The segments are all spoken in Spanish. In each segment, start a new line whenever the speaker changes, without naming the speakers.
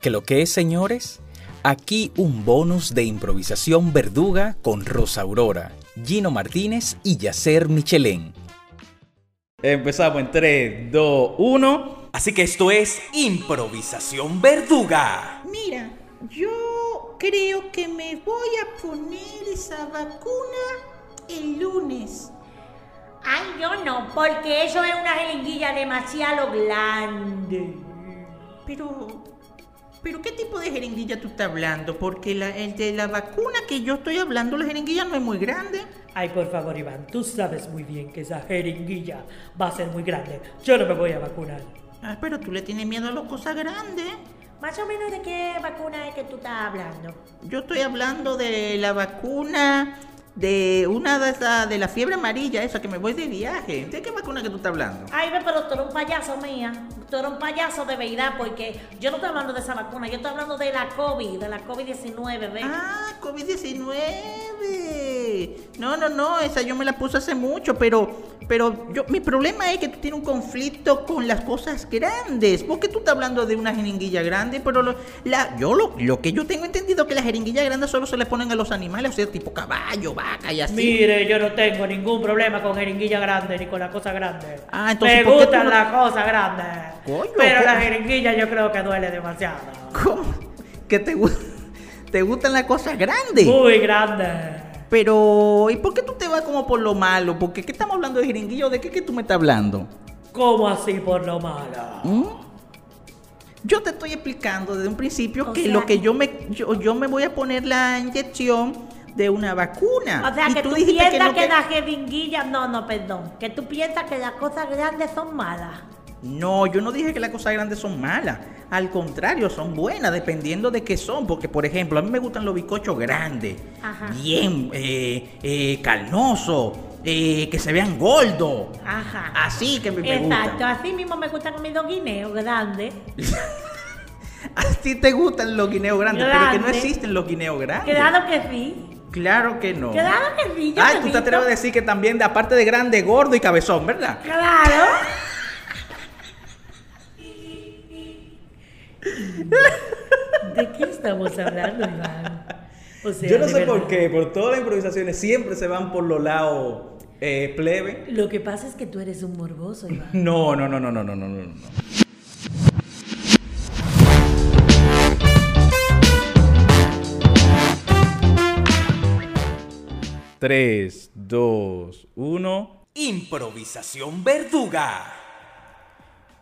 que lo que es, señores, aquí un bonus de improvisación verduga con Rosa Aurora, Gino Martínez y Yacer Michelén.
Empezamos en 3, 2, 1. Así que esto es improvisación verduga.
Mira, yo creo que me voy a poner esa vacuna el lunes.
Ay, yo no, porque eso es una jeringuilla demasiado grande.
Pero, pero ¿qué tipo de jeringuilla tú estás hablando? Porque la, el de la vacuna que yo estoy hablando, la jeringuilla no es muy grande.
Ay, por favor, Iván, tú sabes muy bien que esa jeringuilla va a ser muy grande. Yo no me voy a vacunar.
Ah, pero tú le tienes miedo a las cosas grandes.
Más o menos de qué vacuna es que tú estás hablando.
Yo estoy hablando de la vacuna de una de esas de la fiebre amarilla, esa que me voy de viaje. ¿De qué vacuna que tú estás hablando?
Ay, ve, pero tú eres un payaso, mía. Tú eres un payaso de verdad, porque yo no estoy hablando de esa vacuna, yo estoy hablando de la COVID, de la COVID-19, ¿ves?
Ah, COVID-19. No, no, no, esa yo me la puse hace mucho, pero pero yo mi problema es que tú tienes un conflicto con las cosas grandes. Porque tú estás hablando de una jeringuilla grande, pero lo, la, yo lo, lo que yo tengo entendido es que las jeringuillas grandes solo se le ponen a los animales, o sea, tipo caballo, vaca y así.
Mire, yo no tengo ningún problema con jeringuilla grande ni con la cosa grande.
Ah, entonces,
Me
¿por qué tú
gustan
no-
las cosas grandes.
Coño,
pero
¿cómo?
la jeringuilla yo creo que duele demasiado.
¿Cómo? Que te, gu- te gustan las cosas grandes.
Muy grande.
Pero, ¿y por qué tú te vas como por lo malo? Porque qué estamos hablando de jeringuillo? ¿De qué que tú me estás hablando?
¿Cómo así por lo malo?
¿Mm? Yo te estoy explicando desde un principio
O
que
sea-
lo que yo me yo, yo me voy a poner la inyección de una vacuna.
O sea,
Y
que tú,
dijiste
piensas que,
no, que-
las jeringuillas... No, no, perdón. Que tú piensas que las cosas grandes son malas.
No, yo no dije que las cosas grandes son malas. Al contrario, son buenas dependiendo de qué son. Porque, por ejemplo, a mí me gustan los bizcochos grandes,
Ajá.
bien eh, eh, carnosos, eh, que se vean gordos.
Ajá.
Así que me, Ah, me
Exacto,
gustan.
así mismo me gustan mis dos guineos grandes.
A ti te gustan los guineos grandes, pero que no
Grande.
existen los guineos grandes.
Claro que sí.
Claro que no.
Claro que sí. yo
Ay,
te
tú te
visto.
atreves a decir que también, de- aparte de grande, gordo y cabezón, ¿verdad?
Claro.
¿De qué estamos hablando, Iván? O sea,
Yo no
de
sé
verdad.
por qué, pero todas las improvisaciones siempre se van por los lados eh, plebe.
Lo que pasa es que tú eres un morboso, Iván.
No, no, no, no, no, no, no, no. no. Tres, dos, uno. Improvisación verduga.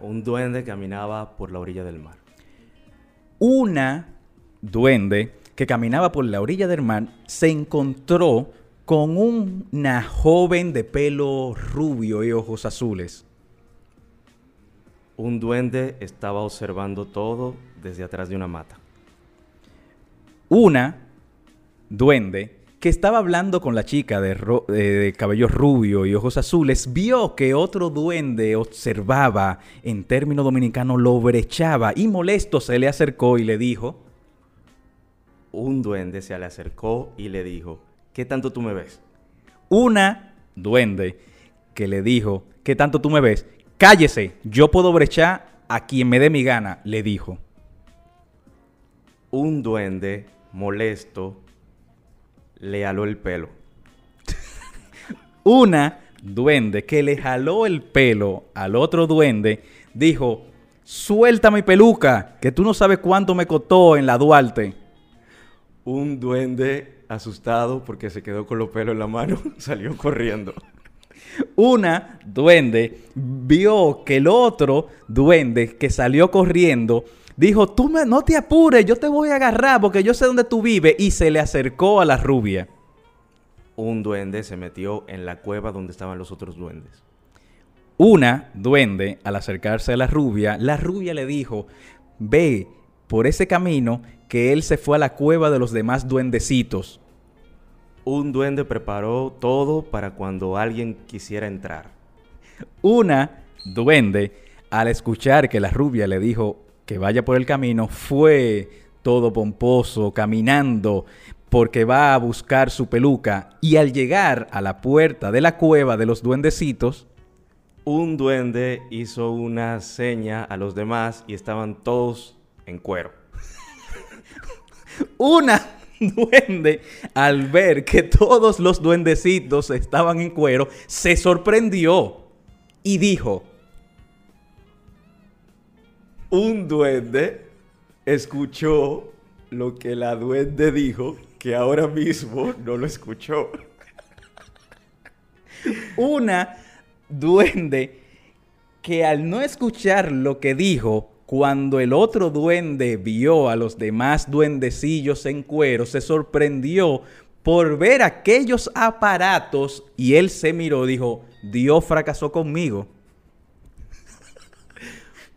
Un duende caminaba por la orilla del mar.
Una duende que caminaba por la orilla del mar se encontró con una joven de pelo rubio y ojos azules.
Un duende estaba observando todo desde atrás de una mata.
Una duende que estaba hablando con la chica de, ro- eh, de cabello rubio y ojos azules vio que otro duende observaba, en término dominicano lo brechaba y molesto se le acercó y le dijo,
Un duende se le acercó y le dijo, ¿qué tanto tú me ves?
una duende que le dijo, ¿qué tanto tú me ves? Cállese, yo puedo brechar a quien me dé mi gana, le dijo.
Un duende molesto le aló el pelo.
Una duende que le jaló el pelo al otro duende dijo, suelta mi peluca, que tú no sabes cuánto me costó en la Duarte.
Un duende asustado porque se quedó con los pelos en la mano salió corriendo.
Una duende vio que el otro duende que salió corriendo dijo, tú me- no te apures, yo te voy a agarrar porque yo sé dónde tú vives y se le acercó a la rubia.
Un duende se metió en la cueva donde estaban los otros duendes.
Una duende, al acercarse a la rubia, la rubia le dijo, ve por ese camino que él se fue a la cueva de los demás duendecitos.
Un duende preparó todo para cuando alguien quisiera entrar.
Una duende, al escuchar que la rubia le dijo que vaya por el camino, fue todo pomposo, caminando, porque va a buscar su peluca. Y al llegar a la puerta de la cueva de los duendecitos,
Un duende hizo una seña a los demás y estaban todos en cuero.
una duende, al ver que todos los duendecitos estaban en cuero, se sorprendió y dijo,
Un duende escuchó lo que la duende dijo, que ahora mismo no lo escuchó.
una duende que al no escuchar lo que dijo, cuando el otro duende vio a los demás duendecillos en cuero, se sorprendió por ver aquellos aparatos y él se miró, dijo, Dios fracasó conmigo.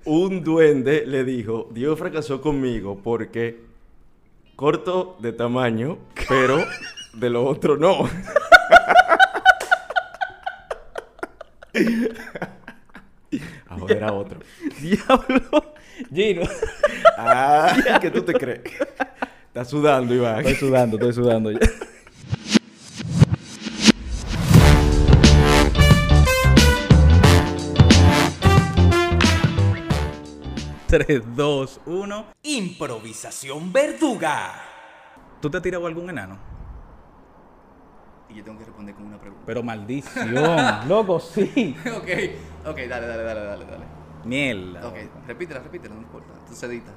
Un duende le dijo, Dios fracasó conmigo porque corto de tamaño, pero de lo otro no. Ahora era otro.
Diablo, Gino.
Ah, ¿qué tú te crees? Estás sudando, Iván.
Estoy sudando, estoy sudando ya. Tres, dos, uno.
Improvisación verduga.
¿Tú te has tirado algún enano?
Y yo tengo que responder con una pregunta.
Pero maldición, loco, sí.
ok, ok, dale, dale, dale, dale, dale.
Mierda.
Ok, repítela, repítela, no importa. Tú se edita.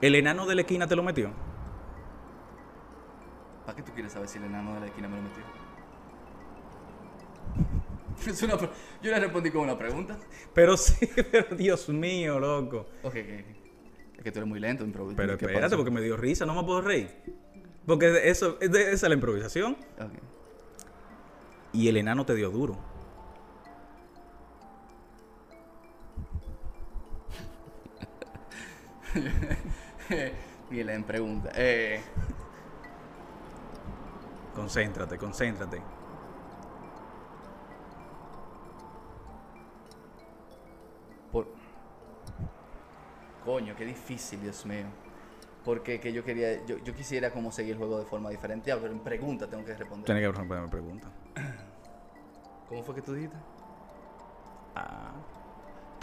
El enano de la esquina te lo metió.
¿Para qué tú quieres saber si el enano de la esquina me lo metió? Es una pre- Yo le respondí con una pregunta.
Pero sí, pero Dios mío, loco.
Ok, ok. ok. Es que tú eres muy lento, improvisando.
Pero espérate, porque me dio risa, no me puedo reír. Porque de eso, de- esa es la improvisación. Y el enano te dio duro.
Miela en pregunta. Eh,
Concéntrate, concéntrate.
por... Coño, qué difícil, Dios mío. Porque que yo quería, yo, yo quisiera como seguir el juego de forma diferente, ah, pero en pregunta tengo que responder.
Tienes que responder mi pregunta.
¿Cómo fue que tú dijiste?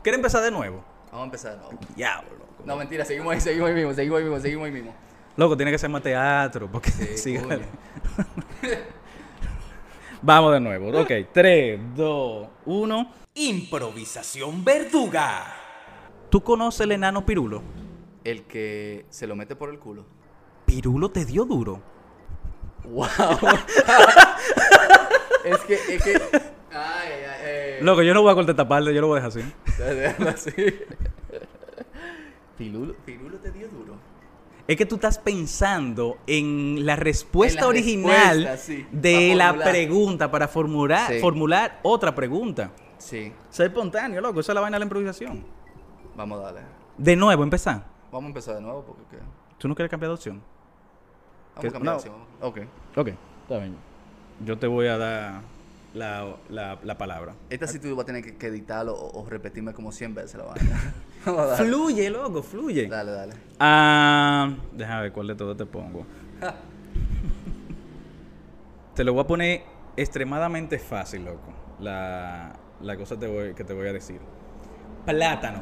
¿Quieres empezar de nuevo?
Vamos a empezar de nuevo.
Diablo, loco.
No, mentira, seguimos ahí, seguimos ahí mismo, seguimos ahí mismo, seguimos ahí mismo.
Loco, tiene que ser más teatro. Porque
Sí,
siga-
coño.
Vamos de nuevo. Ok, 3, 2, 1.
Improvisación verduga.
¿Tú conoces el enano Pirulo?
El que se lo mete por el culo.
Pirulo te dio duro.
¡Wow! es que, es que. Ay, ay, ay.
Loco, yo no voy a cortar esta parte, yo lo voy a dejar así.
Déjalo así. Pirulo, Pirulo te dio duro.
Es que tú estás pensando en la respuesta
En la
original
respuesta, sí,
de
pa'
la
formular.
pregunta para formular,
Sí.
formular otra pregunta.
Sí,
Ser espontáneo, loco, esa es la vaina de la improvisación.
vamos a darle.
De nuevo, empezar.
Vamos a empezar de nuevo porque. ¿qué?
¿Tú no quieres cambiar de opción?
Vamos
Que-
a cambiar
no.
de opción, vamos- Ok.
Ok, está bien. Yo te voy a dar la, la- la palabra.
Esta sí tú vas a tener que, que editarlo o, o repetirme como 100 veces la vaina. vamos a darle.
Fluye, loco, fluye.
Dale, dale.
Ah, déjame ver cuál de todo te pongo. te lo voy a poner extremadamente fácil, loco. La, la cosa te voy- que te voy a decir. Plátano.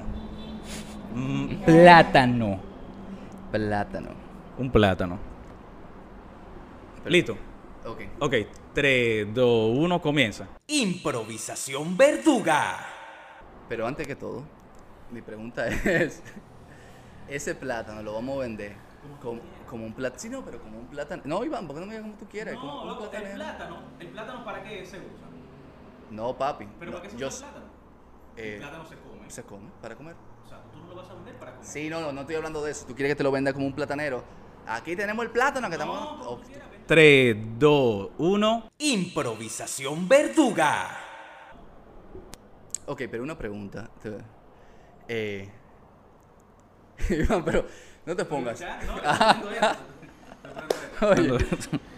Mm, plátano.
Plátano.
Un plátano. Listo.
Ok.
Ok, 3, 2, 1, comienza.
Improvisación verduga.
Pero antes que todo, mi pregunta es, ese plátano lo vamos a vender como, como un plátano, sí, no, pero como un plátano. No, Iván, ¿por qué no me digas como tú quieras? como un platanero.
plátano, ¿el plátano para qué se usa?
No, papi. no, yo s-
plátano?
eh,
se come.
se come para comer.
O sea, tú no lo vas a vender para comer.
Sí, no, no, no estoy hablando de eso. Tú quieres que te lo venda como un platanero. Aquí tenemos el plátano que estamos. Oh,
3, 2, 1.
Improvisación verduga.
ok, pero una pregunta. te- Eh, Iván, pero no te pongas. Oye,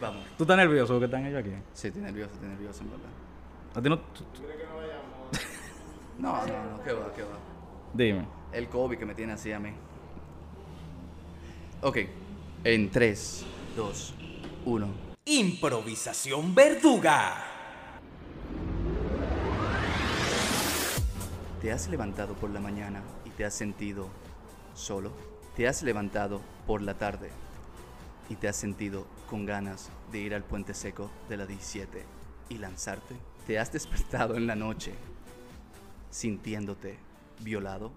vamos.
¿Tú estás nervioso que están ellos aquí?
Sí, estoy nervioso, estoy nervioso, en verdad.
A ti no. tú- tú-
No, no, no, qué va, qué va.
Dime.
El COVID que me tiene así a mí. Ok, en 3, 2, 1.
Improvisación verduga.
¿Te has levantado por la mañana y te has sentido solo? Te has levantado por la tarde y te has sentido con ganas de ir al puente seco de la 17 y lanzarte. Te has despertado en la noche sintiéndote violado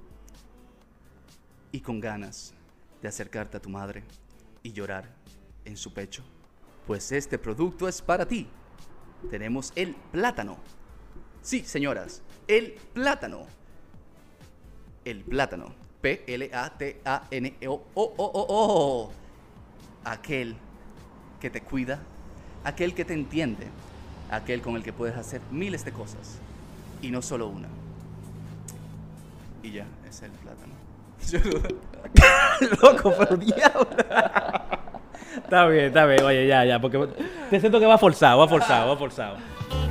y con ganas de acercarte a tu madre y llorar en su pecho. Pues este producto es para ti. Tenemos el plátano. Sí, señoras, el plátano. El plátano. P-L-A-T-A-N-O. E -O -O -O -O. Aquel que te cuida, aquel que te entiende, aquel con el que puedes hacer miles de cosas y no solo una. Y ya, ese es el plátano. Yo no-
Loco, pero diablo. está bien, está bien. Oye, ya, ya. Porque te siento que va forzado, va forzado, va forzado.